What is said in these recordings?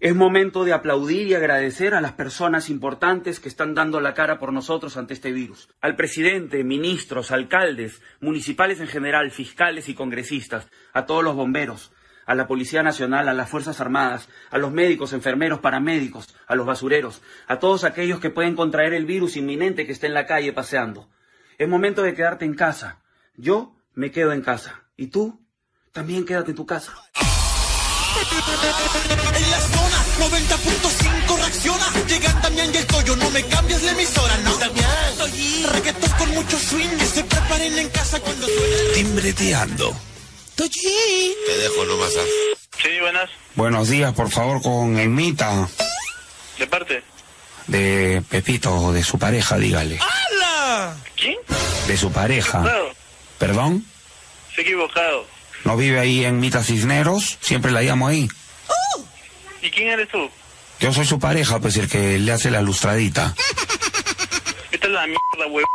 Es momento de aplaudir y agradecer a las personas importantes que están dando la cara por nosotros ante este virus. Al presidente, ministros, alcaldes, municipales en general, fiscales y congresistas, a todos los bomberos, a la Policía Nacional, a las Fuerzas Armadas, a los médicos, enfermeros, paramédicos, a los basureros, a todos aquellos que pueden contraer el virus inminente que esté en la calle paseando. Es momento de quedarte en casa. Yo me quedo en casa. ¿Y tú? También quédate en tu casa. En la zona 90.5 reacciona. Llegan Damián y el Toyo, no me cambias la emisora, no. Damián, Toyi, reggaetón con mucho swing. Que se preparen en casa cuando suene el Timbreteando. Toyi. Te dejo nomás. ah. Sí, buenas. Buenos días, por favor, con Elmita ¿De parte? de Pepito, de su pareja, dígale. ¡Hala! ¿Quién? De su pareja. Claro, ¿Perdón? se ha equivocado. ¿No vive ahí en Mita Cisneros? Siempre la llamo ahí. ¿Y quién eres tú? Yo soy su pareja, pues el que le hace la lustradita. Esta es la mierda, huevo.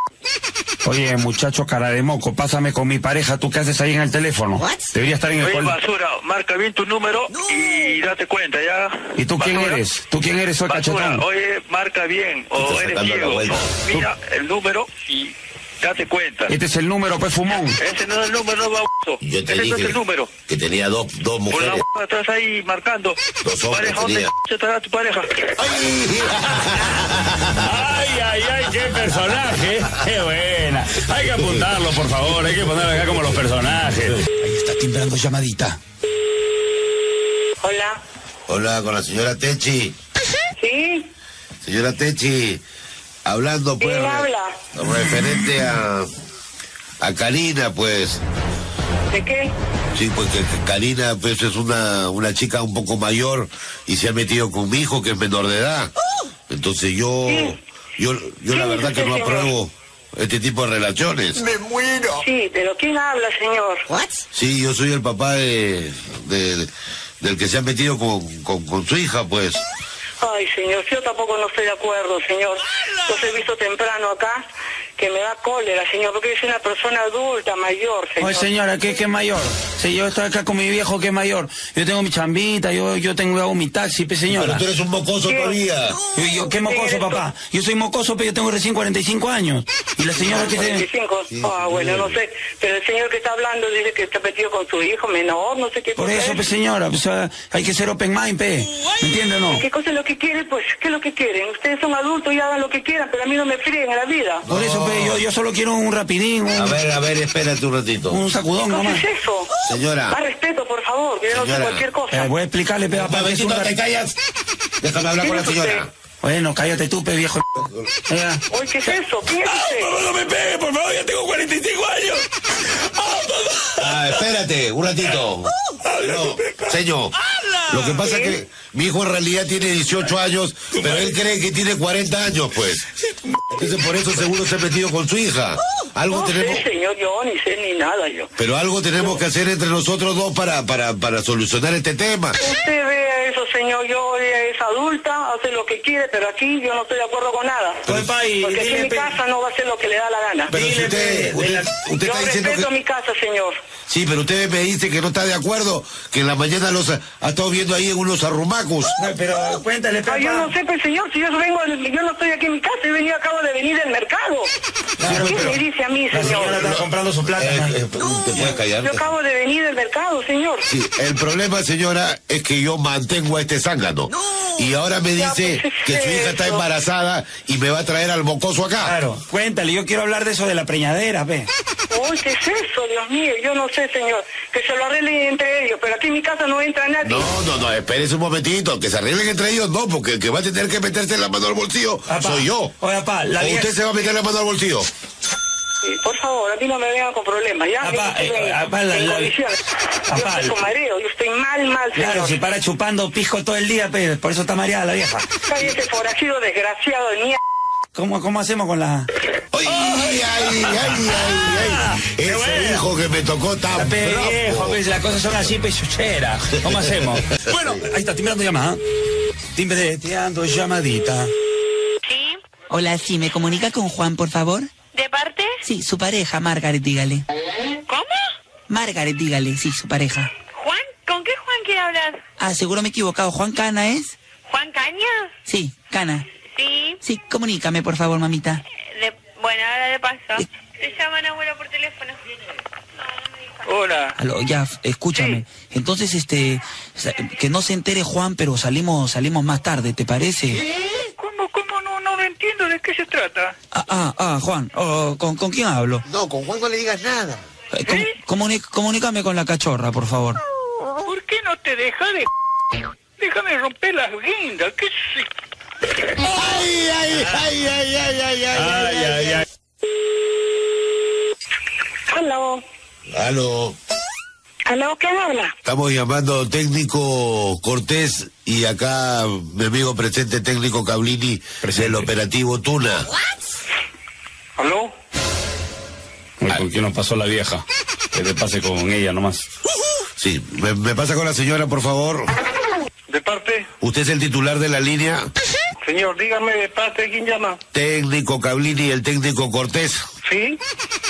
Oye, muchacho cara de moco, pásame con mi pareja, ¿tú qué haces ahí en el teléfono? What? Debería estar en el Oye, col... basura, marca bien tu número No. y date cuenta, ¿ya? ¿Y tú quién Basura. eres? ¿Tú quién eres? Soy Basura, cachetón. oye, marca bien o Estás eres sacando la ciego. vuelta. No, Mira el número y date cuenta. Este es el número, pues fumón. Ese no es el número, no baboso. Yo te Ese no es dije el número. que tenía dos, Por la dos mujeres. boca estás ahí marcando. Los ¿Tu hombres pareja, ¿dónde tenía. c- estará tu pareja? Ay, ay, ay, qué personaje. Qué buena. Hay que apuntarlo, por favor. Hay que ponerlo acá como los personajes. Ahí está timbrando llamadita. Hola. Hola, con la señora Techi. Sí, Señora Techi, hablando pues. ¿Quién habla? Referente a. A Karina, pues. ¿de qué? Sí, pues que que Karina pues, es una, una chica un poco mayor y se ha metido con mi hijo que es menor de edad. Entonces yo, Sí. yo, yo la Sí, verdad que no sí, señor. apruebo este tipo de relaciones. Sí, pero ¿quién habla, señor? ¿What? Sí, yo soy el papá de, de- del que se ha metido con, con, con su hija, pues. Ay, señor, yo tampoco no estoy de acuerdo, señor. Los he visto temprano acá, que me da cólera, señor, porque es una persona adulta, mayor, señor. Oye, señora, ¿qué, qué mayor? Si yo estoy acá con mi viejo, ¿qué mayor? Yo tengo mi chambita, yo, yo tengo hago mi taxi, pe Pero señora. tú eres un mocoso ¿Qué? todavía. Yo, yo, ¿qué mocoso, papá? Yo soy mocoso, pero yo tengo recién 45 años. Y la señora que se... 45. Ah, bueno, no sé. Pero el señor que está hablando dice que está metido con su hijo menor, no sé qué. Por cosa eso, es. pe señora, pues, ah, hay que ser open mind, pe. ¿Me entiende o no? ¿Qué cosa es lo que quieren? Pues, ¿qué es lo que quieren? Ustedes son adultos y hagan lo que quieran, pero a mí no me fríen en la vida. Por eso, pe, yo, yo solo quiero un rapidín, A un, ver, a ver, espérate un ratito. un sacudón ¿Qué cosa nomás. es eso? Más Señora, respeto, por favor, que yo no sé Señora. cualquier cosa. Eh, voy a explicarle, pe, papá, que es un Babetito, te rapi- callas. Déjame hablar con la ¿Quién es señora. Bueno, cállate tú, pe, viejo. Ah, Ya. Oye, ¿qué es eso? ¿Quién es usted? no me pegue, por favor, ya tengo 45 años. Ah, espérate, un ratito. No, señor, lo que pasa es que mi hijo en realidad tiene 18 años, pero él cree que tiene 40 años, pues. Entonces por eso seguro se ha metido con su hija. Algo No tenemos, sé, señor, yo ni sé ni nada yo. pero algo tenemos que hacer entre nosotros dos para, para, para solucionar este tema. Usted vea eso, señor, yo ella es adulta, hace lo que quiere, pero aquí yo no estoy de acuerdo con nada. Oye, pa, y Porque aquí en dile, mi pe, casa no va a hacer lo que le da la gana. Pero si Dile, usted, pe, de la- usted, usted Yo está diciendo respeto que... mi casa, señor. Sí, pero usted me dice que no está de acuerdo, que en la mañana los ha, ha estado viendo ahí en unos arrumacos. No, Pero cuéntale, pe, Ah, yo papá. no sé, pues, señor, si yo vengo, del- yo no estoy aquí en mi casa, yo he venido, acabo de venir del mercado. ¿Qué pero- me dice a mí, La señora señor? está comprando su plata. Eh, man. eh, ¿Te puedes callar? Yo acabo de venir del mercado, señor. Sí, el problema, señora, es que yo mantengo a este zángano. Y ahora me Ya, dice pues, es que su hija está eso. embarazada y me va a traer al mocoso acá. Claro, cuéntale, yo quiero hablar de eso de la preñadera, pe. Uy, ¿qué es eso, Dios mío? Yo no sé, señor. Que se lo arreglen entre ellos, pero aquí en mi casa no entra nadie. No, no, no, espérese un momentito, que se arreglen entre ellos, no, porque el que va a tener que meterse la mano al bolsillo Papá. soy yo. Oye, papá, la o vieja- usted se va a meter la mano al bolsillo. Sí, por favor, a mí no me vengan con problemas, ¿ya? Apá, Yo estoy eh, en- apá, la- en la- condiciones. yo apá, estoy con la- mareo, yo estoy mal, mal, Claro, señor. si para chupando pisco todo el día, pe, por eso está mareada la vieja. Cállese, forajido desgraciado de mierda. ¿Cómo, cómo hacemos con la... Ay, ay, ay, ay, ay. Ese hijo que me tocó La tan pe, bravo. viejo, pues, las cosas son así, pechuchera. ¿Cómo hacemos? Bueno, ahí está, timbrando llamada. ¿ah? Timbreteando llamadita. ¿Sí? Hola, sí, me comunica con Juan, por favor. ¿De parte? Sí, su pareja, Margaret, dígale. ¿Cómo? Margaret, dígale, sí, su pareja. ¿Juan? ¿Con qué Juan quiere hablar? Ah, seguro me he equivocado. ¿Juan Cana es? ¿Juan Caña? Sí, Cana. Sí. Sí, comunícame, por favor, mamita. Le- Bueno, ahora le paso. Te llaman abuela por teléfono. Hola. Aló, ya, f- escúchame. Entonces, este, sa- que no se entere Juan, pero salimos, salimos más tarde, ¿te parece? ¿Cómo, cómo? No, no, no entiendo de qué se trata. Ah, ah, ah, Juan, oh, ¿con, ¿con quién hablo? No, con Juan no le digas nada. Eh, com- comuni- comunícame con la cachorra, por favor. ¿Por qué no te dejas de... Déjame romper las guindas, qué sé Ay, ay, ay, ay, ay, ay, Ay, ay, ay. Aló. Aló. Aló, ¿quién habla? Estamos llamando al técnico Cortés y acá mi amigo presente técnico Cablini del operativo Tuna. ¿Aló? Uy, ¿Por qué no pasó la vieja? Que te pase con ella nomás. Sí, me, me pasa con la señora, por favor. ¿De parte? Usted es el titular de la línea. Señor, dígame de parte de quién llama. Técnico Cablini y el técnico Cortés. ¿Sí?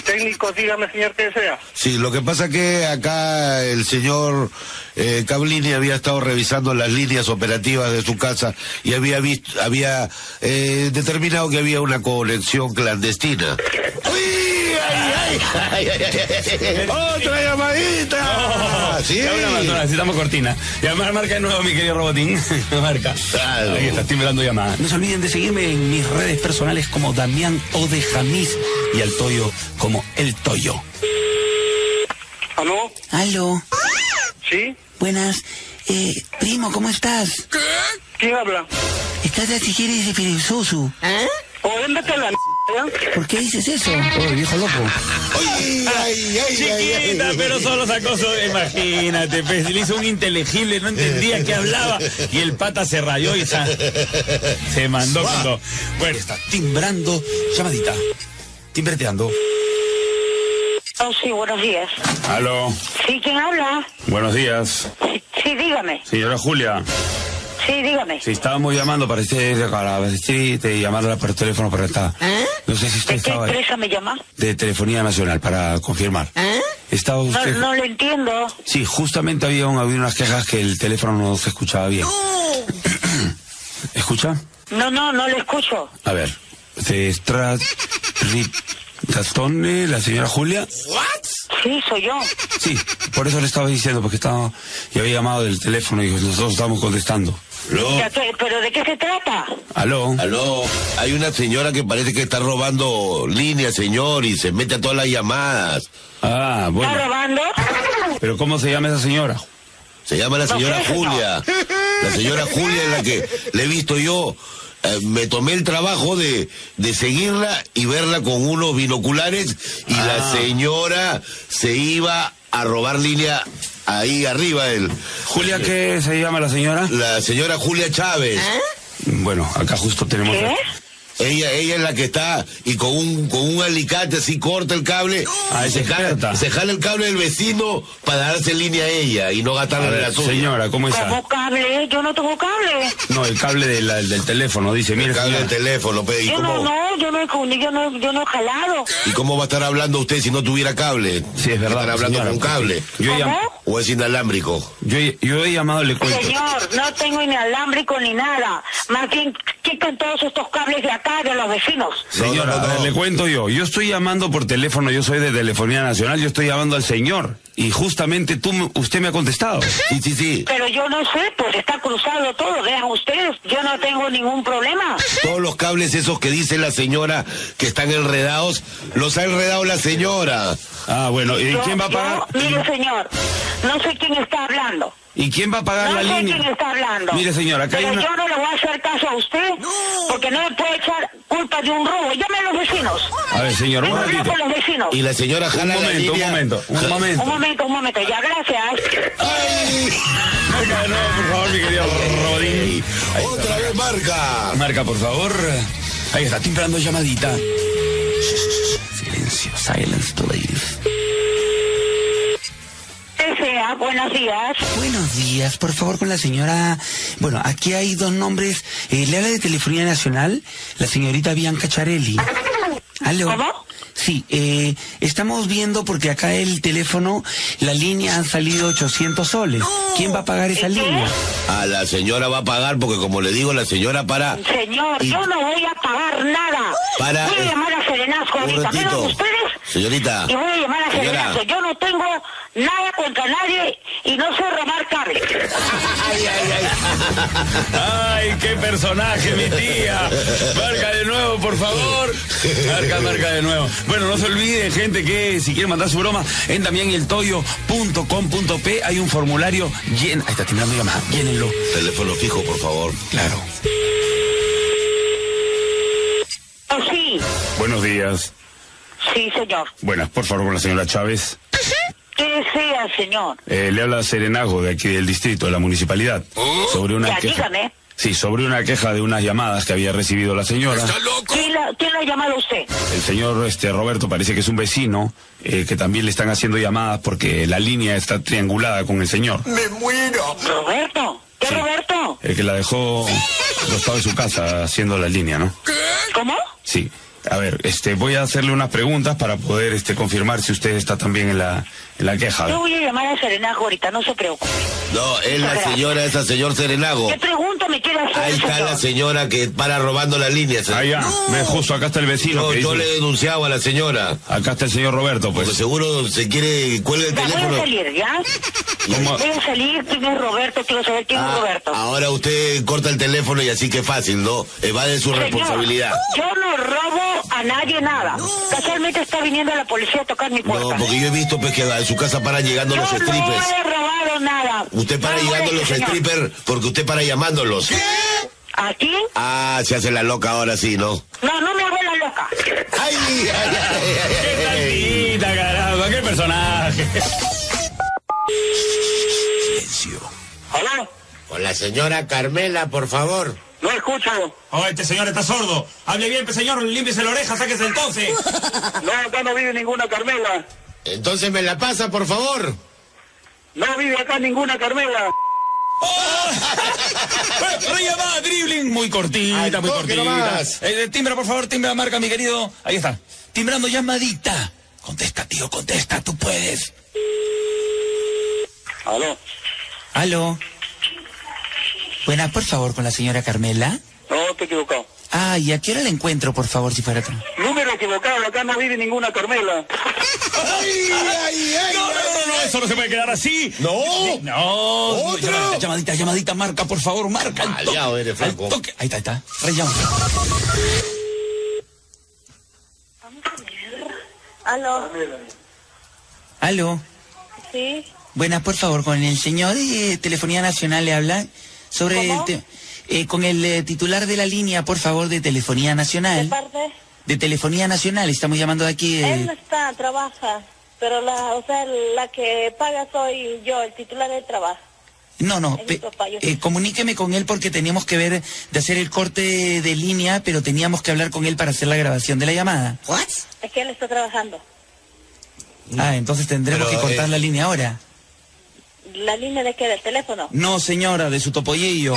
Técnico, dígame, señor, que desea. Sí, lo que pasa que acá el señor eh, Cablini había estado revisando las líneas operativas de su casa y había visto, había eh, determinado que había una conexión clandestina. ¡Otra llamadita! Ah, sí. Ya una más, no, necesitamos cortina. Llamar marca de nuevo, mi querido Robotín. marca. Claro. Ahí está, estoy mirando llamada. No se olviden de seguirme en mis redes personales como Damián O de Jamís y al Toyo como El Toyo. ¿Aló? Aló, ¿Sí? buenas. Eh, primo, ¿cómo estás? ¿Quién habla? Estás de Sijeres de Fidesoso. Pues, Oh, ven, vete a la m****, ¿ya? ¿Por qué dices eso? viejo loco. Ay, ay, ay, ay, Chiquita, ay. pero solo sacó su... Imagínate, pues, le hizo un inteligible, no entendía qué hablaba. Y el pata se rayó y sa- se mandó cuando... Bueno, está timbrando llamadita. Timbreteando. Ah, Oh, sí, buenos días. Aló, Sí, ¿quién habla? buenos días. Sí, sí, dígame. Señora Julia, Sí, dígame. si estábamos llamando para este para decirte y llamarla por teléfono para estar. No sé si usted ¿De ¿Eh? qué estaba empresa me llama? de Telefonía Nacional para confirmar. ¿Eh? Estaba No, usted. no lo entiendo. Sí, justamente había, un- había unas quejas que el teléfono no se escuchaba bien. ¿Escucha? No, no, no lo escucho. A ver. Se tra- ri- Gastone, la señora Julia. Sí, soy yo. Sí, por eso le estaba diciendo, porque estaba. Yo había llamado del teléfono y nosotros estamos contestando. Aló, Ya, ¿qué- ¿Pero de qué se trata? ¿Aló? aló, hay una señora que parece que está robando líneas, señor, y se mete a todas las llamadas. Ah, ¿Está bueno. robando? Pero ¿cómo se llama esa señora? Se llama la señora No, Julia. La señora Julia es la que le he visto yo. Eh, me tomé el trabajo de, de seguirla y verla con unos binoculares y Ah. la señora se iba a robar línea ahí arriba. El, ¿Julia qué ¿Eh? se llama la señora? La señora Julia Chávez. Bueno, acá justo tenemos. ¿Qué? Ella, ella es la que está y con un, con un alicate así corta el cable. Ah, y es se, experta. jala, se jala el cable del vecino para darse línea a ella y no A gastarle ver, la suya. señora, ¿cómo está? ¿Cómo cable? Yo no tengo cable. No, el cable de la- del teléfono, dice, mire, El cable del señora. teléfono, pe, ¿y Yo cómo? no, no, yo no he comido, yo no, yo no he jalado. ¿Y cómo va a estar hablando usted si no tuviera cable? Sí, es verdad. Estar hablando señora, con cable. Yo he, llam- ¿Cómo? O es inalámbrico. yo, he- yo he llamado, le cuento. Señor, no tengo inalámbrico ni nada. Más bien, quitan todos estos cables de acá, de los vecinos. No, Señora, no, no, a ver, no. le cuento yo. Yo estoy llamando por teléfono, yo soy de Telefonía Nacional, yo estoy llamando al señor. Y justamente tú, me- usted me ha contestado. Sí, sí, sí. Pero yo no sé, pues está cruzado todo, vean ustedes. Yo no tengo ningún problema. Todos los cables esos que dice la señora que están enredados, los ha enredado la señora. Ah, bueno, ¿y Yo- quién va a yo- pagar? mire, señor, no sé quién está hablando. ¿Y quién va a pagar No la sé línea? quién está hablando. Mire, señora, acá hay Pero una... yo no le voy a hacer caso a usted, porque no me puede echar culpa de un robo. Llame a los vecinos. A ver, señor, un Vengo a hablar ratito. con los vecinos. Y la señora Un jala la momento, un línea. momento, un Un momento. momento, un momento. Ya, gracias. Marca de nuevo, por favor, mi querido Rodín. Otra vez marca. Marca, por favor. Ahí está, timbrando llamadita. Silencio, silence, please. Desea, buenos días. Buenos días, por favor, con la señora. Bueno, aquí hay dos nombres. Eh, le habla de Telefonía Nacional, la señorita Bianca Charelli. Aló. ¿Cómo? Sí, eh, estamos viendo porque acá el teléfono, la línea han salido 800 soles. ¿Quién va a pagar esa línea? A Ah, la señora va a pagar porque como le digo, la señora para... Señor, yo no voy a pagar nada. Para, voy a eh, llamar a Serenazgo un ahorita. ratito. Vengan ustedes Señorita. y voy a llamar a Señora. Serenazgo. Yo no tengo nada contra nadie y no sé romar cables. ¡Ay, qué personaje, mi tía! Marca de nuevo, por favor. Marca, marca de nuevo. Bueno, no se olviden, gente, que si quieren mandar su broma, en también el toyo.com.p hay un formulario lleno. Ahí está timbrando llamada, llénenlo. Teléfono fijo, por favor. Claro. Oh, sí, Buenos días. sí, señor. Buenas, por favor, con la señora Chávez. ¿Qué desea, señor? Eh, le habla Serenago de aquí del distrito, de la municipalidad. Sobre una Uh, Ya, queja. dígame. Sí, sobre una queja de unas llamadas que había recibido la señora. ¿Quién la, quién la ha llamado a usted? El señor este Roberto parece que es un vecino eh, que también le están haciendo llamadas porque la línea está triangulada con el señor. ¿Roberto? ¿Qué Roberto? El que la dejó acostado en su casa haciendo la línea, ¿no? ¿Cómo? Sí. A ver, este, voy a hacerle unas preguntas para poder este, confirmar si usted está también en la, en la queja. Yo voy a llamar a Serenazgo ahorita, no se preocupe. No, es la Espera. señora, esa señor Serenago. ¿Qué pregunta me quiere hacer, Oh. Ahí está señor? la señora que para robando la línea. señor. Ah, ya, ve, justo acá está el vecino Yo, que yo dice- le eh, he denunciado a la señora. Acá está el señor Roberto, Porque pues. seguro se quiere, cuelga el Ya, voy a teléfono. salir, ¿ya? ¿Cómo? Voy a salir, quién es Roberto, quiero saber quién es Ah, Roberto. ahora usted corta el teléfono y así que fácil, ¿no? Evade su Señor, responsabilidad. Yo no robo a nadie nada. Casualmente está viniendo la policía a tocar mi No, puerta. porque yo he visto pues, que en su casa paran llegando yo los no strippers. he robado nada. Usted para No me llegando los moleste, señor. strippers porque usted para llamándolos. ¿A quién? Ah, se hace la loca ahora sí, ¿no? No, no me hago la loca. ¡Ay! ay, ay, ay, ay, ay. Mira, caramba, qué personaje. Hola, Con la señora Carmela, por favor. no escucho. Oh, este señor está sordo. Hable bien, pe señor, límpiese la oreja, sáquese el toce. No, acá no vive ninguna Carmela. Entonces me la pasa, por favor. No vive acá ninguna Carmela. Bueno, una llamada dribbling muy cortita, Al muy toque cortita. nomás. Eh, timbra, por favor, timbra, marca, mi querido. Ahí está. Timbrando llamadita. Contesta, tío, contesta, tú puedes. Aló. Aló. Buenas, por favor, con la señora Carmela. No, te he equivocado. Ah, ¿y a qué hora la encuentro, por favor, si fuera tú? Número equivocado, acá no vive ninguna Carmela. No, no, no, Eh, no, eso no se puede quedar así. ¡No! No, ¿Otro? llamadita, llamadita, llamadita, marca, por favor, marca. al Maleado toque, eres, Franco. al toque. Ahí está, ahí está. Rellama. Aló, Aló. sí. Buenas, por favor, con el señor de Telefonía Nacional le habla sobre el ¿Cómo? te- eh, con el eh, titular de la línea, por favor, de Telefonía ¿De Nacional. parte? De Telefonía Nacional, estamos llamando de aquí. eh, Él no está, trabaja. Pero la, o sea, la que paga soy yo, el titular del trabajo. No, no, Es pe- mi papá, yo eh, sé. comuníqueme con él porque teníamos que ver de hacer el corte de línea, pero teníamos que hablar con él para hacer la grabación de la llamada. Es que él está trabajando. Ah, entonces tendremos Pero, que cortar eh, la línea ahora. ¿La línea de qué? ¿Del teléfono? No, señora, de su topollillo.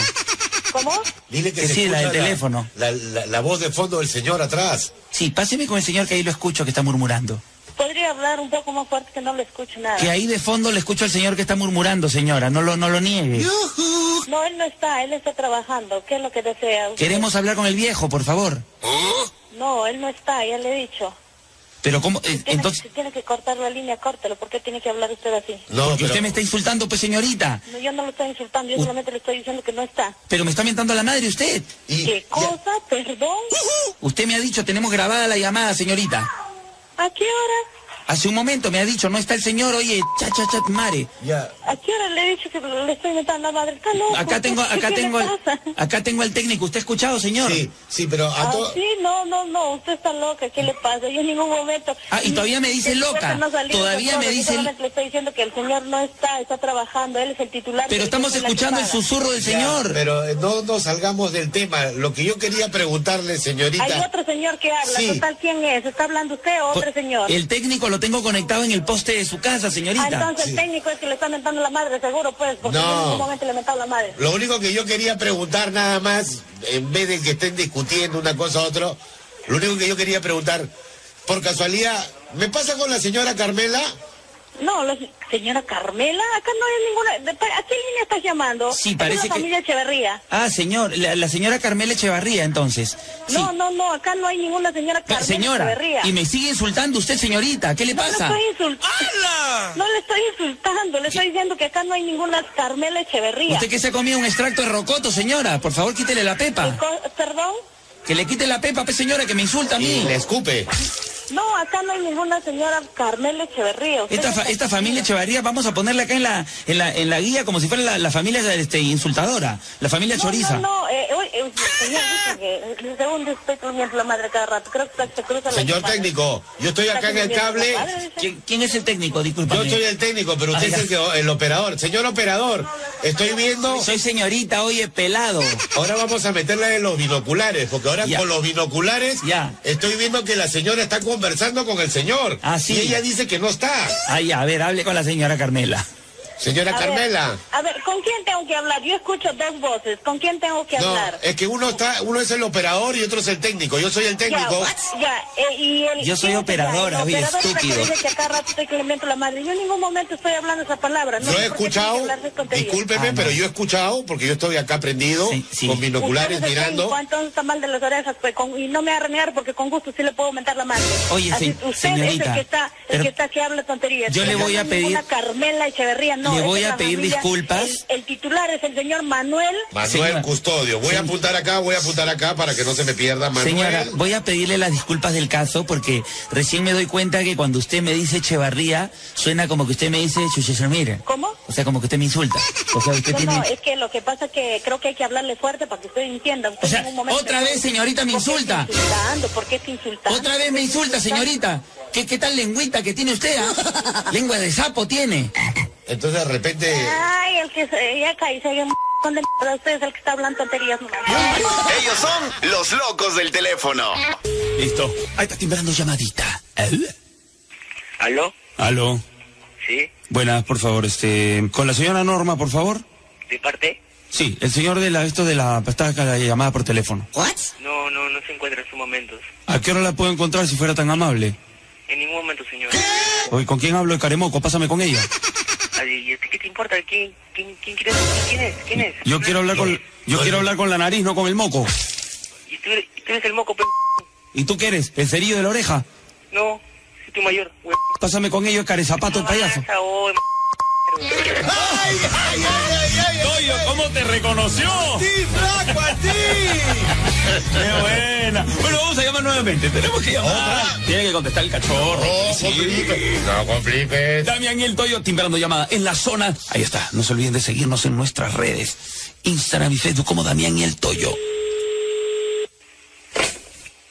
¿Cómo? Dile que Que se sí, la escucha del teléfono. La, la- la voz de fondo del señor atrás. Sí, páseme con el señor que ahí lo escucho que está murmurando. ¿Podría hablar un poco más fuerte que no le escucho nada? Que ahí de fondo le escucho al señor que está murmurando, señora, no lo, no lo niegue. No, él no está, él está trabajando. ¿Qué es lo que desea? usted? Queremos hablar con el viejo, por favor. No, él no está, ya le he dicho. Pero cómo, eh, Tiene, entonces, si tiene que cortar la línea, córtelo. ¿Por qué tiene que hablar usted así? No, porque pero- usted me está insultando, pues señorita. No, yo no lo estoy insultando, yo U- solamente le estoy diciendo que no está. Pero me está mentando la madre usted. y- ¿Qué cosa? ¿Perdón? Usted me ha dicho, tenemos grabada la llamada, señorita. ¿A qué hora? Hace un momento me ha dicho, no está el señor, oye, cha, cha, cha, mare. ya- ¿A qué hora le he dicho que le estoy inventando a la madre? Está loco. Acá tengo, ¿Qué- acá qué le tengo, al- pasa? acá tengo al técnico. ¿Usted ha escuchado, señor? sí, sí, pero a Ah, todo... sí, no, no, no, usted está loca, ¿qué le pasa? Yo en ningún momento... Ah, y todavía me dice El señor loca, que no salió, todavía no, me yo dice el- solamente Le estoy diciendo que el señor no está, está trabajando, él es el titular... Pero y estamos yo soy la que escuchando el paga. susurro del Ya, señor. Pero eh, no nos salgamos del tema. Lo que yo quería preguntarle, señorita. Hay otro señor que habla, Sí. total, ¿quién es? ¿Está hablando usted o otro señor? El técnico lo tengo conectado en el poste de su casa, Ah, señorita. entonces el técnico es que le está mentando la madre, seguro, pues, porque No. yo en ningún momento le he mentado la madre. Lo único que yo quería preguntar nada más, en vez de que estén discutiendo una cosa a otra, lo único que yo quería preguntar, por casualidad, ¿me pasa con la señora Carmela? No, la se- señora Carmela, acá no hay ninguna... de- ¿A qué línea estás llamando? Sí, Es parece la que- familia Echeverría. Ah, señor, la, la señora Carmela Echevarría, entonces. Sí. No, no, no, acá no hay ninguna señora Ca- Carmela señora, Echeverría. y me sigue insultando usted, señorita. ¿Qué le No le pasa? estoy insultando. No le estoy insultando, le estoy diciendo que acá no hay ninguna Carmela Echeverría. Usted que se ha comido un extracto de rocoto, señora. Por favor, quítele la pepa. Co- ¿Perdón? Que le quite la pepa, pe, señora, que me insulta a mí. Y le escupe. No, acá no hay ninguna señora Carmela Echeverría. Usted Esta, no fa- está- esta familia Echevarría, vamos a ponerla acá en la, en la, en la guía como si fuera la, la familia este, insultadora, la familia No, choriza. No, no, eh, oye, eh, señor, dice que eh, de un respeto miente la madre cada rato. Creo que se cruza la Señor llamada. técnico, yo estoy acá en el cable. ¿Quién, quién es el técnico? Disculpa. Yo soy el técnico, pero usted Ah, es el, que- el operador. Señor operador, estoy viendo. Soy señorita, oye, pelado. Ahora vamos a meterla en los binoculares, porque ahora Ya. con los binoculares Ya. estoy viendo que la señora está conversando con el señor. Ah, sí. Y ella dice que no está. Ay, a ver, hable con la señora Carmela. Señora A ver, Carmela. a ver, ¿con quién tengo que hablar? Yo escucho dos voces. ¿Con quién tengo que No, eh, hablar? es que uno está, uno es el operador y otro es el técnico. Yo soy el técnico. Ya, ya, eh, y el- Yo soy ¿quién es operadora, el oye, operador es la que estúpido. dice que acá rato estoy que le miento la madre. Yo en ningún momento estoy hablando esa palabra. No Yo sé he por qué escuchado, tiene que hablar de tonterías. discúlpeme, Ah, no. pero yo he escuchado, porque yo estoy acá prendido, Sí, sí. con binoculares Usted es el mirando. técnico, entonces está mal de las orejas, pues, con- y no me va a renegar porque con gusto sí le puedo aumentar la mano. Oye, Así, se- usted es señorita, el que está, el pero- que está que habla tonterías. Yo le voy a pedir- Una Carmela Echeverría, no. Le es voy de a la pedir disculpas. El, el titular es el señor Manuel. Manuel Señora. Custodio. Voy a apuntar acá, voy a apuntar acá para que no se me pierda Manuel. Señora, voy a pedirle las disculpas del caso porque recién me doy cuenta que cuando usted me dice Echevarría, suena como que usted me dice Chuchilla, mire. ¿Cómo? O sea, como que usted me insulta. O sea, usted No, tiene... no, es que lo que pasa es que creo que hay que hablarle fuerte para que usted entienda. Usted O sea, en un momento- otra vez, señorita, me ¿Por qué está insulta. insultando? ¿Por qué está insultando? Otra vez me insulta, señorita. ¿Qué, qué tal lengüita que tiene usted? ah? Lengua de sapo tiene. Entonces de repente. Ay, el que se, ya caí, se m- ¿Dónde m- usted es el que está hablando tonterías? nomás. Ellos son los locos del teléfono. Listo. Ahí está timbrando llamadita. ¿Eh? ¿Aló? Aló. ¿Sí? Buenas, por favor, este. Con la señora Norma, por favor. ¿De parte? Sí, el señor de la, esto de la pastaca, la llamada por teléfono. No, no, no se encuentra en sus momentos. ¿A qué hora la puedo encontrar si fuera tan amable? En ningún momento, señor. Oye, ¿con quién hablo de Caremoco? Pásame con ella. Ay, ¿y a ti ¿Qué te importa? ¿Quién, quién, quién, quieres? ¿Quién es? ¿Quién es? Yo quiero hablar con, yo quiero hablar con la nariz, no con el moco. ¿Y tú, eres- tú eres el moco, pe... ¿Y tú qué eres? ¿El cerillo de la oreja? No, soy tu mayor, güey. Pásame con ello, carezapato, el payaso. Pasa, oh, m- Toyo, ¿cómo te reconoció? ¡Sí, flaco, a ti! ¡Qué buena! Bueno, vamos a llamar nuevamente. Tenemos que llamar. Tiene que contestar el cachorro. No Sí. compliques. No compliques. Damián y el Toyo timbrando llamada en la zona. Ahí está. No se olviden de seguirnos en nuestras redes. Instagram y Facebook como Damián y el Toyo.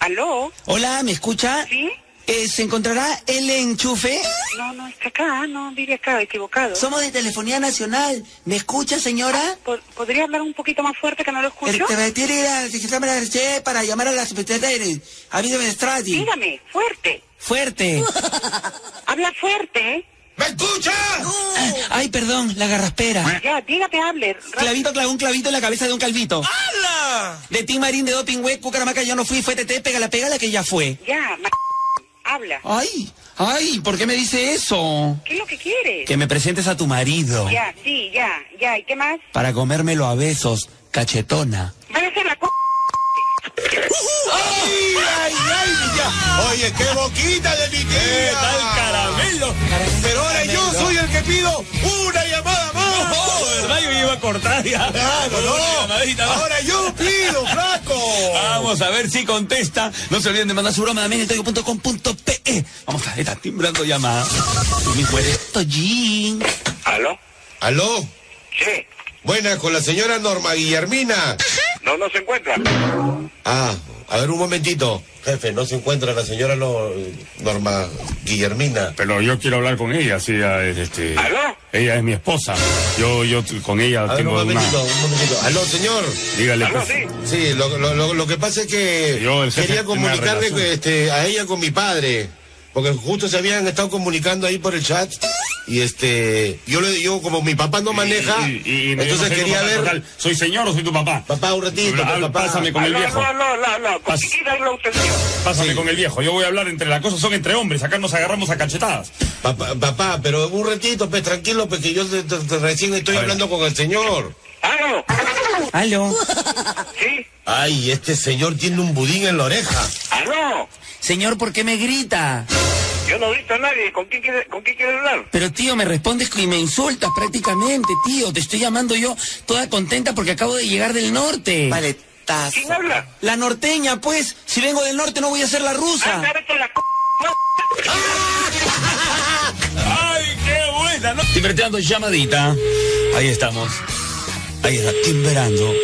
¿Aló? Hola, ¿me escucha? ¿Sí? Eh, ¿Se encontrará el enchufe? No, no, está ah, acá, no, vive acá, equivocado. Somos de Telefonía Nacional. ¿Me escucha, señora? Po- ¿Podría hablar un poquito más fuerte que no lo Ah, escucho? Secretaría para llamar a la secretaria de Aviso de Estradi. Dígame, fuerte. Fuerte. Habla fuerte, ¿eh? ¡Me escucha! Ay, perdón, la garraspera. Ya, dígame, hable. ra- Clavito clavó un clavito en la cabeza de un calvito. De Tim Marín, de Doping Web, Cucaramaca, yo no fui, fue TT, pega la pega la que ya fue. Ya, ma- habla. Ay, ay, ¿por qué me dice eso? ¿Qué es lo que quieres? Que me presentes a tu marido. Ya, sí, ya, ya. ¿Y qué más? Para comérmelo a besos, cachetona. Van a hacer la co... Oye, qué boquita de mi tía. ¿Qué tal caramelo? Pero ahora yo soy el que pido una llamada más. Oh, ¿verdad? Yo iba a cortar ya. Claro, Con una no. llamadita más. Ah. Ahora yo pido, flaco. Vamos a ver si contesta. No se olviden de mandar su broma a menetoyo.com.pe. Vamos a ver, está timbrando llamada. Mi juez. Tollín. ¿Aló? Aló. Sí. Buenas, con la señora Norma Guillermina. No, no se encuentra. Ah, a ver un momentito. Jefe, no se encuentra la señora Lo- Norma Guillermina. Pero yo quiero hablar con ella, sí, este... ¿Aló? Ella es mi esposa. Yo, yo con ella A ver un momentito, un momentito. Aló, señor. Dígale, pues. ¿Aló? Sí. Sí, lo, lo- lo- lo que pasa es que Yo, el jefe, quería tengo una comunicarle relación. este, a ella con mi padre, porque justo se habían estado comunicando ahí por el chat Y este, yo le yo como mi papá no maneja, Y- y- y me entonces dijo, "Soy tu quería papá, ver. total, ¿Soy señor o soy tu papá? Papá, un ratito, pues, Ah, papá. Pásame con el no, viejo. no, no, no, no, con Pas- siquiera habla usted señor. Pásame Sí. con el viejo. Yo voy a hablar entre las cosas, son entre hombres. Acá nos agarramos a cachetadas. Papá, papá, pero un ratito, pues tranquilo, pues que yo te- te- te- recién estoy hablando con el señor. Hágalo. Aló. Ah, Sí. Ay, este señor tiene un budín en la oreja. Aló. Señor, ¿por qué me grita? Yo no grito a nadie. ¿Con quién quiere, con quién quiere hablar? Pero tío, me respondes y me insultas prácticamente, tío. Te estoy llamando yo toda contenta porque acabo de llegar del norte. Paletazo. ¿Quién habla? La norteña, pues. Si vengo del norte no voy a ser la rusa. Ah, vete la c... ¡Ay, qué buena! ¿no? Timbreteando llamadita. Ahí estamos. Ahí está, timbrando.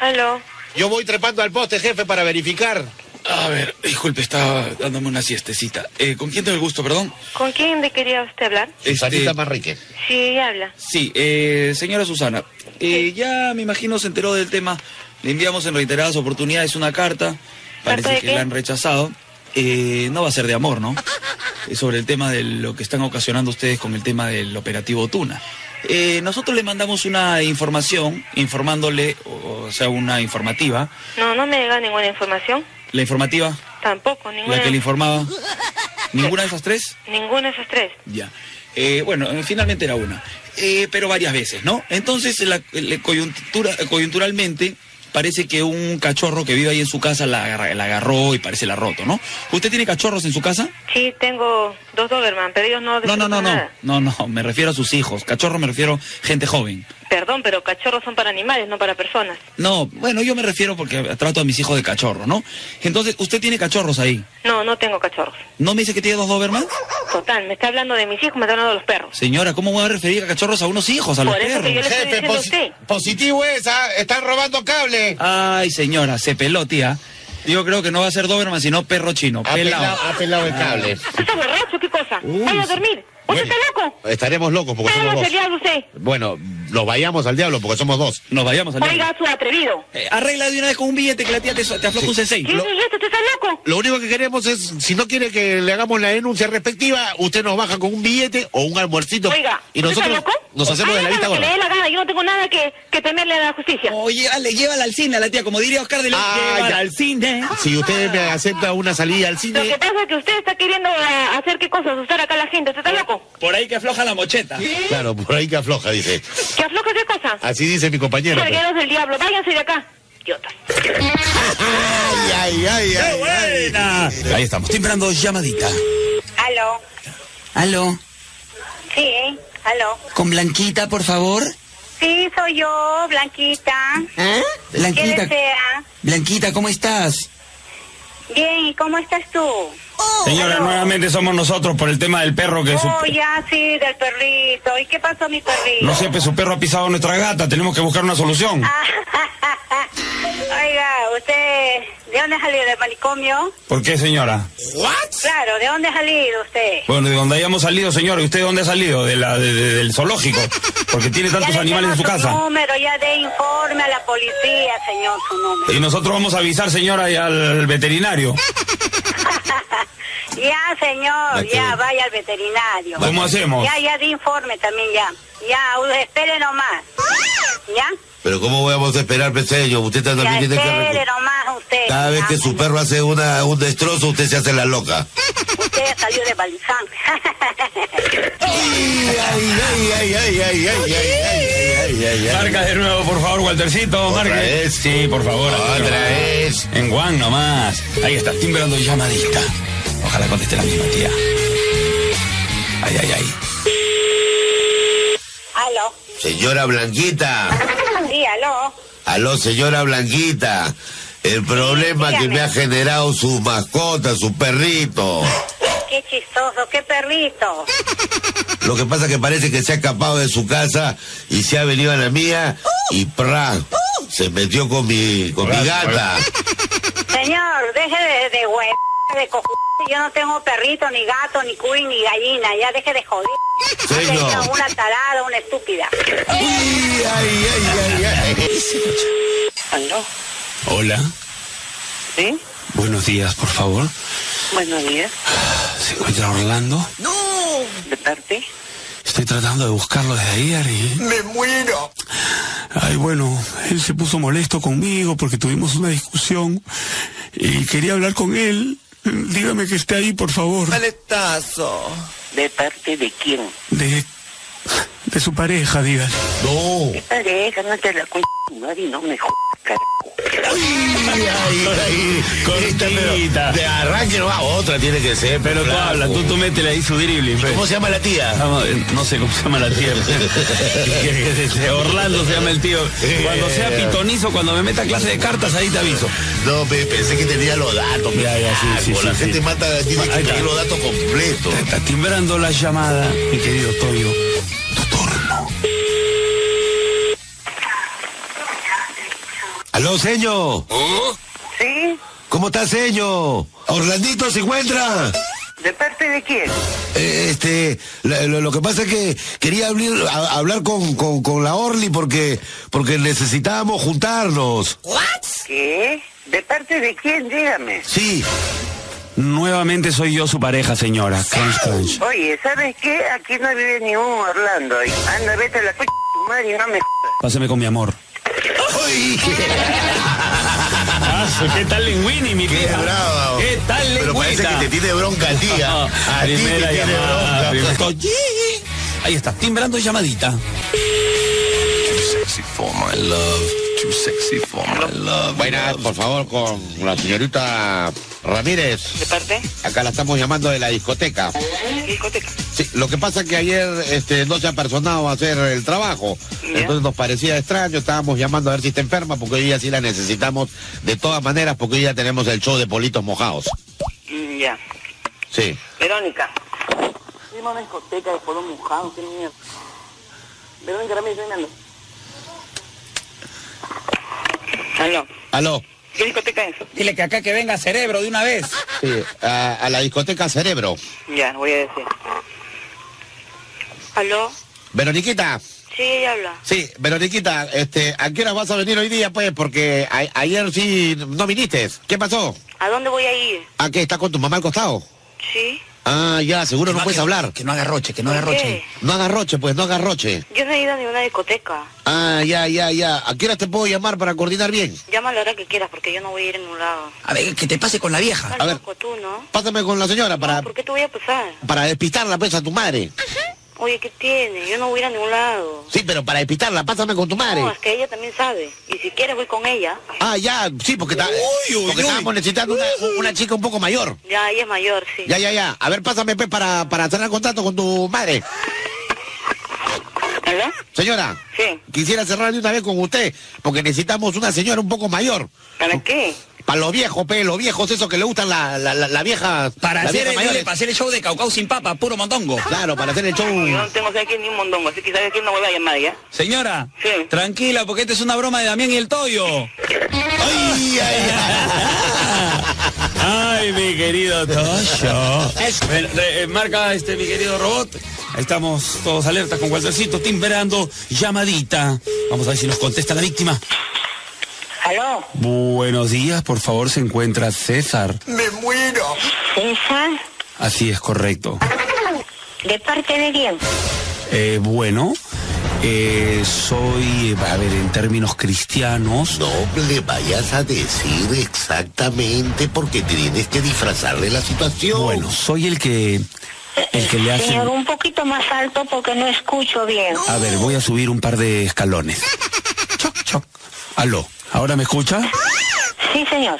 Aló. Yo voy trepando al poste, jefe, para verificar. A ver, disculpe, estaba dándome una siestecita. Eh, ¿Con quién tengo el gusto, perdón? Este, ¿Con quién le quería usted hablar? Sarita Manrique. Sí, ella habla. Sí, eh, señora Susana, eh, ya me imagino se enteró del tema. Le enviamos en reiteradas oportunidades una carta. ¿Carta Parece de que qué? la han rechazado. Eh, no va a ser de amor, ¿no? Eh, sobre el tema de lo que están ocasionando ustedes con el tema del operativo Tuna. Eh, nosotros le mandamos una información informándole, o, o sea, una informativa. No, no me llega ninguna información. ¿La informativa? Tampoco, ninguna, ¿La que le informaba? ¿Ninguna de esas tres? ninguna de esas tres. Ya. Eh, bueno, eh, finalmente era una, Eh, pero varias veces, ¿no? Entonces, la- la coyuntura, coyunturalmente, parece que un cachorro que vive ahí en su casa la, agarra- la agarró y parece la ha roto, ¿no? ¿Usted tiene cachorros en su casa? Sí, tengo dos Doberman, pero ellos no... No, no, no, disfrutan no, nada. no, no, me refiero a sus hijos. Cachorro me refiero gente joven. Perdón, pero cachorros son para animales, no para personas. No, bueno, yo me refiero porque trato a mis hijos de cachorro, ¿no? Entonces, usted tiene cachorros ahí. No, no tengo cachorros. ¿No me dice que tiene dos Doberman? Total, me está hablando de mis hijos, me está hablando de los perros. Señora, ¿cómo voy a referir a cachorros a unos hijos, a los Por eso perros? que yo le estoy Jefe, diciendo a posi- usted. positivo esa, están robando cable. Ay, señora, se peló, tía. Yo creo que no va a ser Doberman, sino perro chino. Ha pelado, Pelado. ha pelado el cable. ¿Usted está borracho? ¿Qué cosa? Vaya a dormir. ¿Usted está loco? Estaremos locos porque somos Vámonos dos. el diablo usted. Bueno, nos vayamos al diablo porque somos dos. Nos vayamos al diablo. Oiga, su atrevido. Eh, arregla de una vez con un billete que la tía te, te afloja un C6. ¿Qué es esto? ¿Usted está loco? Lo único que queremos es, si no quiere que le hagamos la denuncia respectiva, usted nos baja con un billete o un almuercito. Oiga, y ¿usted está nosotros loco? nos hacemos de la Oh, Hágalo vista lo que le gorda. dé la gana, yo no tengo nada que, que temerle a la justicia. Oye, dale, llévala al cine, a la tía, como diría Oscar de León. Ah, llévala ya. al cine. Si usted me acepta una salida al Lo que cine, pasa es que usted está queriendo eh, hacer qué cosa, asustar acá a la gente. Oh. ¿Usted está loco? Por ahí que afloja la mocheta. claro, por ahí que afloja, dice. ¿Que afloja qué cosa? Así dice mi compañero. pues. Cargueros del diablo, váyanse de acá. Idiotas. Ay, ay, ay, ay. buena! Ahí estamos, timbrando llamadita. Aló, Aló. sí, aló. Con Blanquita, por favor. Sí, soy yo, Blanquita. ¿Qué Blanquita. desea? Blanquita, ¿cómo estás? Bien, ¿y cómo estás tú? Señora, nuevamente somos nosotros por el tema del perro que su... Oh, ya, sí, del perrito. ¿Y qué pasó, mi perrito? No siempre su perro ha pisado nuestra gata, tenemos que buscar una solución. Ah. Oiga, ¿usted de dónde ha salido? ¿Del manicomio? ¿Por qué, señora? Claro, ¿de dónde ha salido usted? Pues, Bueno, de donde hayamos salido, señor, ¿y usted dónde ha salido? De la, de- de- del zoológico. Porque tiene tantos le animales en su tengo casa. número, ya de informe a la policía, señor, su número. Y nosotros vamos a avisar, señora, y al veterinario. Ya, señor, Bacteria. ya, vaya al veterinario. ¿Cómo hacemos? Ya, ya, de informe también, ya. Ya, u- espere nomás. ¿Ya? Pero ¿cómo vamos a esperar, peseño? Usted Ya, también tiene que... espere recu- nomás usted. Cada vez ya. que su perro hace una, un destrozo, usted se hace la loca. Usted ya salió de Balizán. Oh. Ay, ay, ay, ay, ay, ay, ay, ay, ay, ay, ay. Marca de nuevo, por favor, Waltercito. Otra marca. vez. Sí, por favor. Otra vez. En Juan nomás. Ahí está, timbrando llamadita. Ojalá conteste la misma tía. Ay, ay, ay. aló. Señora Blanquita. Sí, aló. Aló, señora Blanquita. El problema que me ha generado su mascota, su perrito. Qué chistoso, qué perrito. Lo que pasa que parece que se ha escapado de su casa y se ha venido a la mía y ¡pra! Uh. Se metió con mi, con mi gata. Señor, deje de, de hue- de coju... Yo no tengo perrito, ni gato, ni cuy, ni gallina. Ya deje de joder. Señor. Hable con Una tarada, una estúpida. Ay, ay, ay, ay, ay. ¿Aló? Hola. ¿Sí? Buenos días, por favor. Buenos días. ¿Se encuentra Orlando? ¿De parte? Estoy tratando de buscarlo desde ayer y... ¡Me muero! Ay, bueno, él se puso molesto conmigo porque tuvimos una discusión y quería hablar con él. Dígame que esté ahí, por favor. Paletazo. ¿De parte de quién? De, de su pareja, dígale. No. Pareja, no te la con y no me jodas, Ay, ay, esta, pero de arranque no va otra, tiene que ser. Pero tú claro. habla, tú, tú métele ahí su dribbling. pues. fe. ¿Cómo se llama la tía? Vamos, eh, No sé cómo se llama la tía. Orlando se llama el tío. Cuando sea pitonizo, cuando me meta clase de cartas, ahí te aviso. No, pe- pensé que tenía los datos. Ya, ya, sí, Ah, sí, con sí, la sí. gente mata, tiene que Ahí está. pedir los datos completos. Está timbrando la llamada, mi querido Toyo. Tu turno. Aló, señor. ¿Sí? ¿Cómo está, señor? Orlandito se encuentra. ¿De parte de quién? Eh, este, la- lo, lo que pasa es que quería abrir, a- hablar con, con- con la Orly porque, porque necesitábamos juntarnos. ¿Qué? ¿De parte de quién? Dígame. Sí, Nuevamente soy yo su pareja, señora. Crunch, crunch. Oye, ¿sabes qué? Aquí no vive ni un Orlando. y Anda, vete a la coche tu madre y no me jodas. Pásame con mi amor. Ah, ¿Qué tal Linguini, mi qué tía? bravo. ¿Qué tal Pero parece Lengüita? que te tiene bronca a ti. ¿eh? ah. A ti te Primera tiene bronca. llamada. primer- Oye, Ahí está, timbrando llamadita. Buenas, por favor, con la señorita Ramírez. ¿De parte? Acá la estamos llamando de la discoteca. Discoteca. Sí, lo que pasa es que ayer este, no se ha personado a hacer el trabajo. Ya. Entonces nos parecía extraño, estábamos llamando a ver si está enferma, porque hoy ya sí la necesitamos de todas maneras, porque hoy ya tenemos el show de politos mojados. Mm, ya. Sí. Verónica. Dime una discoteca de polvo mojado, qué mierda. Verónica Ramírez, ven Aló. Aló. ¿Qué discoteca es? Dile que acá que venga cerebro de una vez. Sí, a, a la discoteca Cerebro. Ya, voy a decir. ¿Aló? Veroniquita. Sí, ella habla. Sí, Veroniquita, este, ¿a qué hora vas a venir hoy día, pues? Porque a- ayer sí no viniste. ¿Qué pasó? ¿A dónde voy a ir? ¿A qué? ¿Estás con tu mamá al costado? Sí. Ah, ya, seguro no, puedes hablar. Que no haga roche, que no ¿Por qué? No hagas roche, pues, no hagas roche. Yo no he ido a ninguna discoteca. Ah, ya, ya, ya. ¿A qué hora te puedo llamar para coordinar bien? Llama a la hora que quieras porque yo no voy a ir a ningún lado. A ver, que te pase con la vieja. A Estás ver, loco tú, ¿no? pásame con la señora para, ¿Por qué te voy a pasar? para despistarla, pues, a tu madre. Oye, ¿qué tiene? Yo no voy a ir a ningún lado. Sí, pero para despistarla, pásame con tu madre. No, es que ella también sabe. Y si quieres voy con ella. Ah, ya, sí, porque, está- porque estábamos necesitando una, una chica un poco mayor. Ya, ella es mayor, sí. Ya, ya, ya. A ver, pásame, pues, para, para cerrar contacto con tu madre. ¿Aló? Señora, Sí. quisiera cerrar de una vez con usted, porque necesitamos una señora un poco mayor. ¿Para qué? Para los viejos, pe, los viejos, esos que le gustan la, la, la, la vieja. la vieja mayores. hacer el show de Caucao sin papa, puro mondongo. Claro, para hacer el show. Yo no tengo aquí ni un mondongo, así que sabes que no voy a llamar ya. Señora, Sí. tranquila, porque esta este es una broma de Damián y el Toyo. Ay, ay, Ay, mi querido Toyo. Bueno, eh, eh, marca este, mi querido robot. Ahí estamos todos alertas con Waltercito, timbrando, llamadita. Vamos a ver si nos contesta la víctima. ¿Aló? Buenos días, por favor, se encuentra César. ¡Me muero! ¿Esa? Así es correcto. ¿De parte de quién? Eh, bueno, eh, soy, a ver, en términos cristianos, No le vayas a decir exactamente porque tienes que disfrazar de la situación. bueno, soy el que, el que le hace... Ah. Señor, un poquito más alto porque no escucho bien. A ver, voy a subir un par de escalones. Choc, choc. Aló, ¿ahora me escucha? Sí, señor.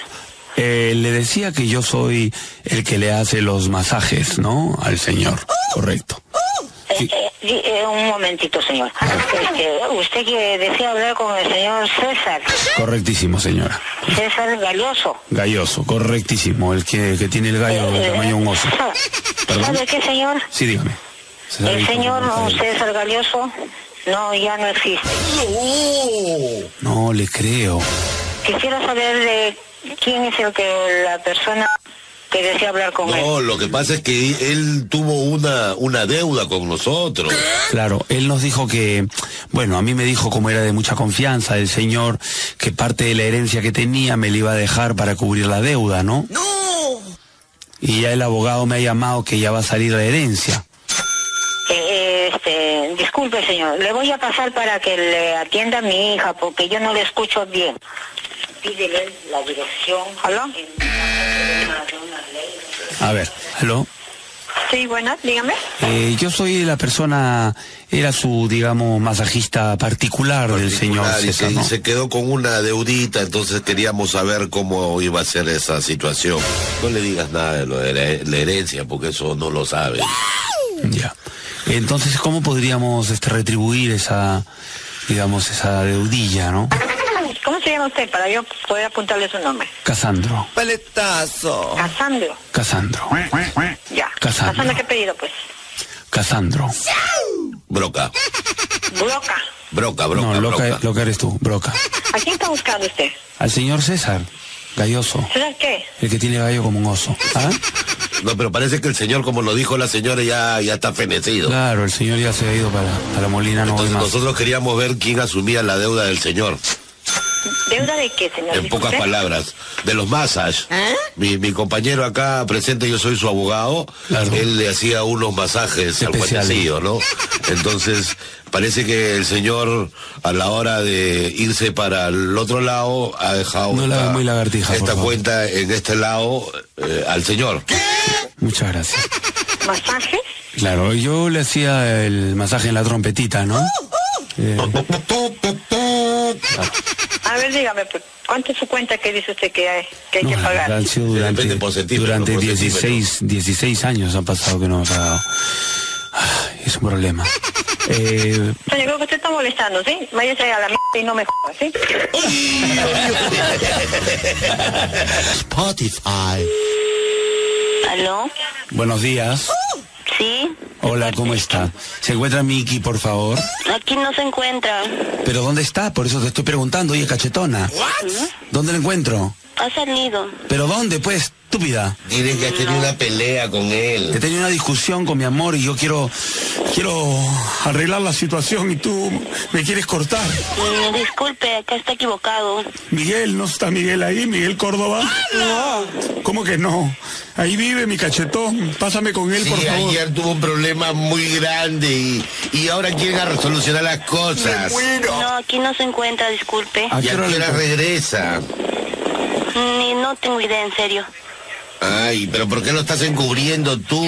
Eh, le decía que yo soy el que le hace los masajes, ¿no? Al señor, correcto. Eh, Sí. eh, di- eh, un momentito, señor. Este, usted que desea hablar con el señor César, Correctísimo, señora. César Galloso. Galloso, correctísimo, el que, que tiene el gallo del tamaño de un oso. Perdón. Eh, ¿Sabe qué, señor? Sí, dígame. César El Víctor señor González. César Galloso no, ya no existe. No le creo. Quisiera saber de quién es el que la persona que desea hablar con él. No, lo que pasa es que él tuvo una, una deuda con nosotros. Claro, él nos dijo que, bueno, a mí me dijo como era de mucha confianza el señor, que parte de la herencia que tenía me la iba a dejar para cubrir la deuda, ¿no? ¡No! Y ya el abogado me ha llamado que ya va a salir la herencia. Eh, eh, este, disculpe señor, le voy a pasar para que le atienda a mi hija porque yo no le escucho bien. Pídele la dirección. ¿Aló? A ver. ¿Aló? Sí, bueno, dígame. Eh, yo soy la persona, era su, digamos, masajista particular, del señor Ah, y César, se, y ¿no? se quedó con una deudita, entonces queríamos saber cómo iba a ser esa situación. No le digas nada de lo de la- la herencia, porque eso no lo sabe. Ya. Entonces, ¿cómo podríamos este, retribuir esa, digamos, esa deudilla, no? ¿Cómo se llama usted para yo poder apuntarle su nombre? Casandro, Paletazo. Casandro. Casandro, Ya. Casandro. Casandro, ¿qué pedido pues? Casandro. Broca. Broca. Broca, broca. No, loca, loca eres tú, broca. ¿A quién está buscando usted? Al señor César, galloso, ¿Será qué? el que tiene gallo como un oso. ¿Ah? No, pero parece que el señor, como lo dijo la señora, ya, ya está fenecido. Claro, el señor ya se ha ido para, para Molina, no voy Entonces más. nosotros queríamos ver quién asumía la deuda del señor, ¿Deuda de qué, señor? en pocas Disculpe. palabras, de los masajes. Mi, mi compañero acá presente, yo soy su abogado, él le hacía unos masajes al Especiales. cuatecillo, ¿no? Entonces, parece que el señor, a la hora de irse para el otro lado, ha dejado No la hagas esta, muy lagartija, por esta favor. cuenta en este lado eh, al señor. Muchas gracias. ¿Masaje? Claro, yo le hacía el masaje en la trompetita, ¿no? Eh, A ver, dígame, pues, ¿cuánto es su cuenta que dice usted que hay que, hay que pagar? han sido durante, durante 16, 16 años han pasado que no he pagado. Ay, es un problema. Eh, Señor, creo que usted está molestando, ¿sí? Váyase a la mierda y no me joda, ¿sí? Spotify. ¿Aló? buenos días. Sí, Hola, ¿cómo está? ¿Se encuentra Miki, por favor? aquí no se encuentra. ¿Pero dónde está? Por eso te estoy preguntando, oye, cachetona. ¿Dónde la encuentro? Ha salido. ¿Pero dónde, pues, estúpida? Dile que has tenido una pelea con él. He tenido una discusión con mi amor y yo quiero quiero arreglar la situación y tú me quieres cortar. Mm, disculpe, acá está equivocado. Miguel, ¿no está Miguel ahí? ¿Miguel Córdoba? No. ¿Cómo que no? Ahí vive mi cachetón. Pásame con él, Sí, por favor. ayer tuvo un problema muy grande y, y ahora quieren a solucionar las cosas. No, aquí no se encuentra, disculpe. ¿Y a qué hora regresa? Ni, no tengo idea, en serio. Ay, pero ¿por qué lo estás encubriendo tú?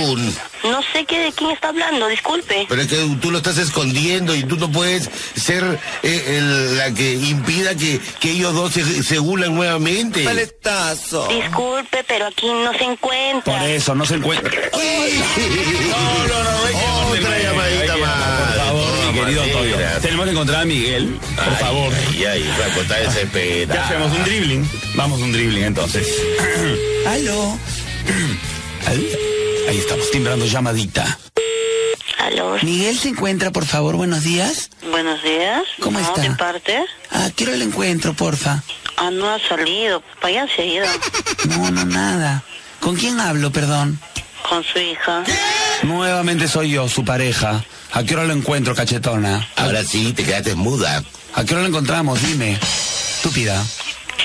No sé qué de quién está hablando, disculpe. Pues, Pero es que tú lo estás escondiendo y tú no puedes ser eh, el- la que impida que, que ellos dos se, se unan nuevamente. Paletazo. Disculpe, pero aquí no se encuentra. Por eso, no se encuentra. No, no, no, Otra llamadita más. eh, Por favor, mi querido Toyo. Tenemos que encontrar a Miguel, por favor. Ay, ay, Flaco, está desesperado. Ya hacemos un dribbling. Vamos un dribbling entonces. Aló. Ahí, ahí estamos, timbrando llamadita. Aló. Miguel se encuentra, por favor, buenos días. Buenos días. ¿Cómo no, está? ¿De parte? Ah, quiero el encuentro, porfa. Ah, no ha salido. Para allá se ha ido. No, no, nada. ¿Con quién hablo, perdón? Con su hija. Nuevamente soy yo, su pareja. ¿A qué hora lo encuentro, cachetona? Ahora sí, te quedaste muda. ¿A qué hora lo encontramos? Dime. Estúpida.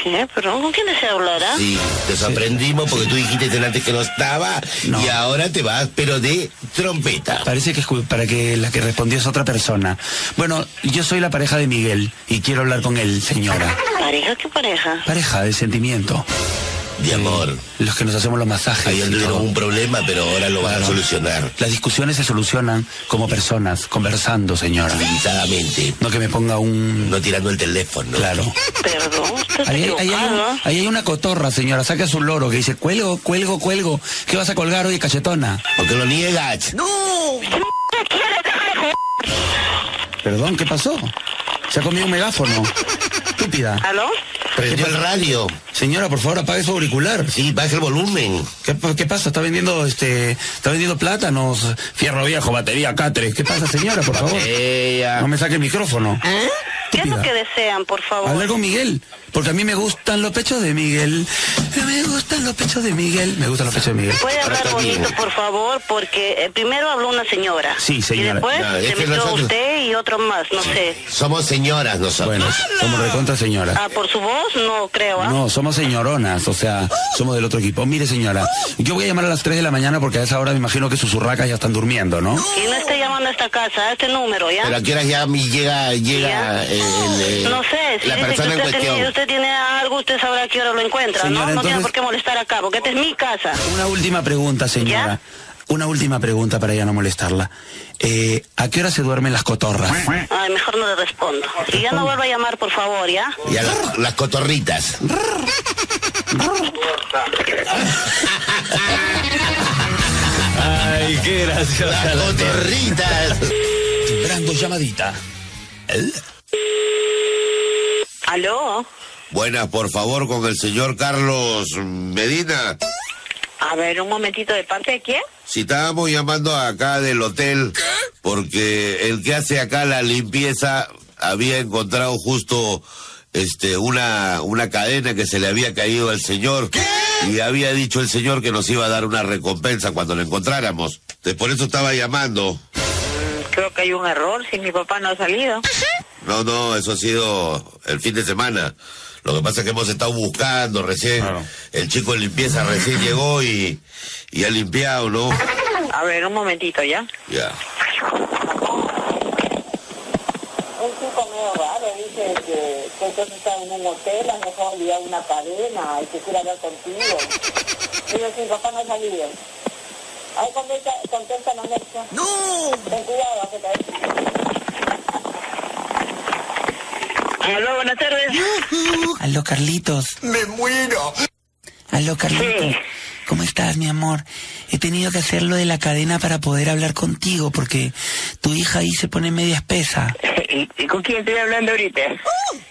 ¿Qué? ¿Pero con quién desea hablar, ah? Sí, te sorprendimos porque tú dijiste delante que no estaba y ahora te vas, pero de trompeta. Parece que es cu- para que la que respondió es otra persona. Bueno, yo soy la pareja de Miguel y quiero hablar con él, señora. ¿Pareja? ¿Qué pareja? Pareja de sentimiento. De amor. Los que nos hacemos los masajes. Ayer y todo. tuvieron un problema, pero ahora lo van a Claro. solucionar. Las discusiones se solucionan como personas, conversando, señora. Civilizadamente. No que me ponga un... No tirando el teléfono. Claro. Perdón, usted está Ahí, hay- ahí hay un- equivocado. ¿ah? ahí hay una cotorra, señora. Saca su loro que dice, cuelgo, cuelgo, cuelgo. ¿Qué vas a colgar hoy, cachetona? Porque lo niegas. ¡No! ¿Qué quieres? Déjame joder. Perdón, ¿qué pasó? Se ha comido un megáfono. Estúpida. ¿Aló? Prendió el radio. Señora, por favor, apague su auricular. Sí, baja el volumen. ¿Qué, pa- qué pasa? ¿Está vendiendo este, está vendiendo plátanos, fierro viejo, batería, catres? ¿Qué pasa, señora, por favor? Ella. No me saque el micrófono. ¿Qué es lo Estúpida. que desean, por favor? Hablar con Miguel, porque a mí me gustan los pechos de Miguel. me gustan los pechos de Miguel. Me gustan los pechos de Miguel. Pues, Puede Ahora hablar está bonito, bien. por favor, porque eh, primero habló una señora. Sí, señora. Y después Ya, es se que metió nosotros- usted y otro más, no sé. Somos señoras nosotros. Bueno, somos recontra señoras. Ah, por su voz no creo, ¿ah? No, somos señoronas, o sea, somos del otro equipo. Mire, señora, yo voy a llamar a las 3 de la mañana porque a esa hora me imagino que sus urracas ya están durmiendo, ¿no? Y no esté llamando a esta casa, a este número, ¿ya? Pero a qué hora ya mi- llega, llega eh, el, eh, No sé, si la dice que persona en usted, cuestión. tiene, usted tiene algo, usted sabrá a qué hora lo encuentra, ¿no? Señora, No tiene entonces- por qué molestar acá, porque esta es mi casa. Una última pregunta, señora. Una última pregunta para ya no molestarla. Eh, ¿A qué hora se duermen las cotorras? Ay, mejor no le respondo. Y ya no vuelva a llamar, por favor, ¿ya? Y a la- las cotorritas. Ay, qué graciosa. Las cotorritas. Timbrando llamadita. ¿Aló? Buenas, por favor, con el señor Carlos Medina. A ver, un momentito, ¿de parte de quién? Si estábamos llamando acá del hotel, porque el que hace acá la limpieza había encontrado justo este una, una cadena que se le había caído al señor. Y había dicho el señor que nos iba a dar una recompensa cuando lo encontráramos. De- Por eso estaba llamando. Creo que hay un error, si mi papá no ha salido. No, no, eso ha sido el fin de semana. Lo que pasa es que hemos estado buscando recién. El chico de limpieza recién llegó y, y ha limpiado, ¿no? A ver, un momentito, ¿ya? Ya. Un chico medio raro dice que, que entonces está en un hotel, has dejado olvidar una cadena y que quiere hablar contigo. Digo, si papá no ha salido. Ahí contesta, contesta la mesa. ¡No! Ten cuidado, que te... Aló, buenas tardes. Aló, Carlitos. Me muero. Aló, Carlitos. ¿Cómo estás, mi amor? He tenido que hacer lo de la cadena para poder hablar contigo porque tu hija ahí se pone media espesa. Uh. ¿Y, y con quién estoy hablando ahorita?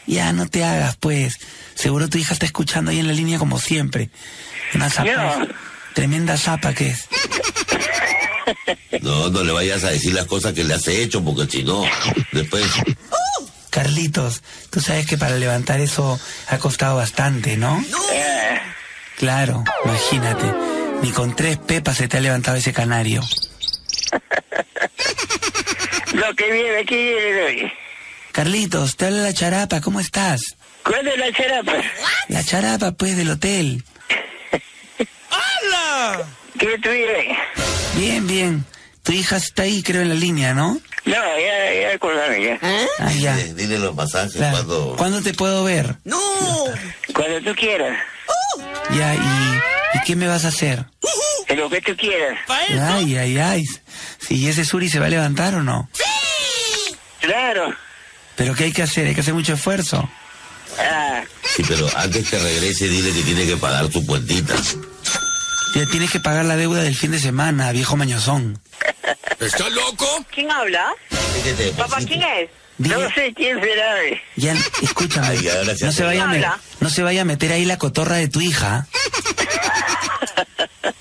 Ya, no te hagas, pues. Seguro tu hija está escuchando ahí en la línea como siempre. Una zapa. No. Tremenda zapa que es. No, no le vayas a decir las cosas que le has hecho, porque si no, después. Carlitos, tú sabes que para levantar eso ha costado bastante, ¿no? Claro, imagínate. Ni con tres pepas se te ha levantado ese canario. Lo que viene aquí viene hoy. Carlitos, te habla la charapa, ¿cómo estás? ¿Cuál es la charapa? La charapa, pues, del hotel. ¡Hala! ¿Qué tuvieron? Bien, bien. Tu hija está ahí, creo, en la línea, ¿no? No, ya, ya acordame ya. Ah, ya. Dile, dile los masajes Claro. cuando. ¿Cuándo te puedo ver? ¡No! Cuando tú quieras. Ya, ¿y, ¿y qué me vas a hacer? En Lo que tú quieras. Ay, ay, ay. ¿Y ese Suri se va a levantar o no? Claro. ¿Pero qué hay que hacer? Hay que hacer mucho esfuerzo. Ah, Sí, pero antes que regrese, dile que tiene que pagar tu cuentita. Ya tienes que pagar la deuda del fin de semana, viejo mañozón. ¿Estás loco? ¿Quién habla? pues, Papá, ¿quién es? No sé quién será. Ya, escúchame. sí no, se hace- vaya a me- Habla. no se vaya a meter ahí la cotorra de tu hija.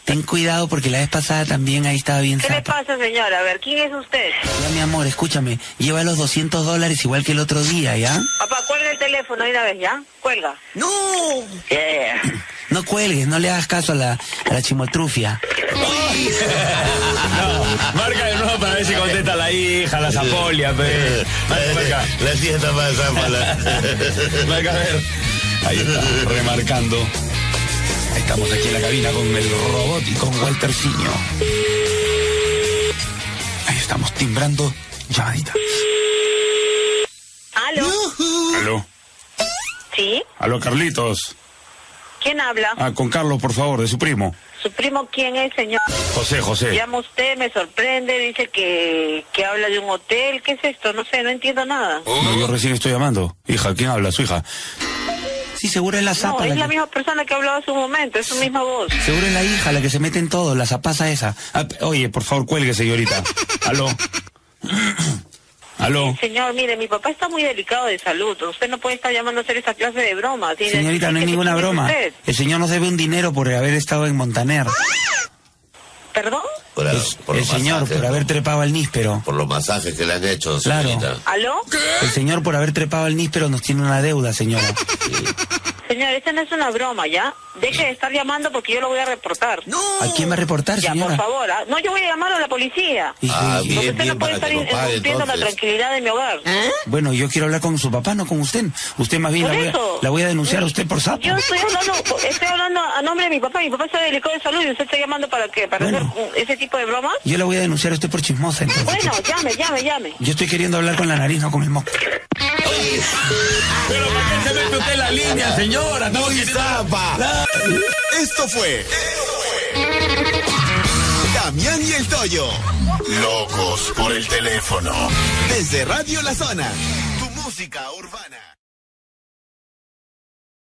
Ten cuidado porque la vez pasada también ahí estaba bien ¿Qué le zapa. pasa, señora? A ver, ¿quién es usted? Ya, mi amor, escúchame. Lleva los 200 dólares igual que el otro día, ¿ya? Papá, cuelga el teléfono de una vez, ¿ya? Cuelga. ¡No! No cuelgues, no le hagas caso a la, a la chimoltrufia. Marca de nuevo para ver si contesta la hija, la zapolia, pe. Marca, marca. La tía está más zápala. Marca, a ver. Ahí está, remarcando. Ahí Estamos aquí en la cabina con el robot y con Walter Ciño. Ahí estamos timbrando llamadita. ¿Aló? Aló, ¿Sí? aló Carlitos. ¿Quién habla? Ah, con Carlos, por favor, de su primo. ¿Su primo quién es, señor? José, José. Llama usted, me sorprende, dice que, que habla de un hotel. ¿Qué es esto? No sé, no entiendo nada. Oh. No, yo recién estoy llamando. Hija, ¿quién habla? Su hija. Sí, seguro es la No, zapa. es la la que- misma persona que hablaba hace un momento, es su misma voz. Seguro es la hija la que se mete en todo, la zapaza esa. Ah, p- oye, por favor, cuelgue, señorita. Aló. Aló. Señor, mire, mi papá está muy delicado de salud. Usted no puede estar llamando a hacer esta clase de broma. Tiene- Señorita, no es ¿qué- ninguna qué es broma. usted? El señor nos debe un dinero por haber estado en Montaner. ¿Perdón? el el señor por haber trepado al níspero. Por los masajes que le han hecho, Claro. señorita. ¿Aló? El señor por haber trepado al níspero nos tiene una deuda, señora. Señor, esta no es una broma, ¿ya? Deje de estar llamando porque yo lo voy a reportar. ¡No! ¿A quién va a reportar, Ya, por señora? favor. ¿ah? No, yo voy a llamar a la policía. Ah, bien, Porque usted bien, no puede para estar que lo pague, interrumpiendo la entonces. tranquilidad de mi hogar. Bueno, yo quiero hablar con su papá, no con usted. Usted más bien la Por voy, a, eso. la voy a denunciar a usted por sapo. Yo estoy hablando, estoy hablando a nombre de mi papá. Mi papá está delicado de salud y usted está llamando para qué? ¿Para hacer ese tipo de bromas? Yo la voy a denunciar a usted por chismosa, entonces. Bueno, llame, llame, llame. Yo estoy queriendo hablar con la nariz, no con el moco. Pero ¿por qué se mete usted en la línea, señora? No, zapa. Esto fue. Damián y el Toyo. Locos por el teléfono. Desde Radio La Zona. Tu música urbana.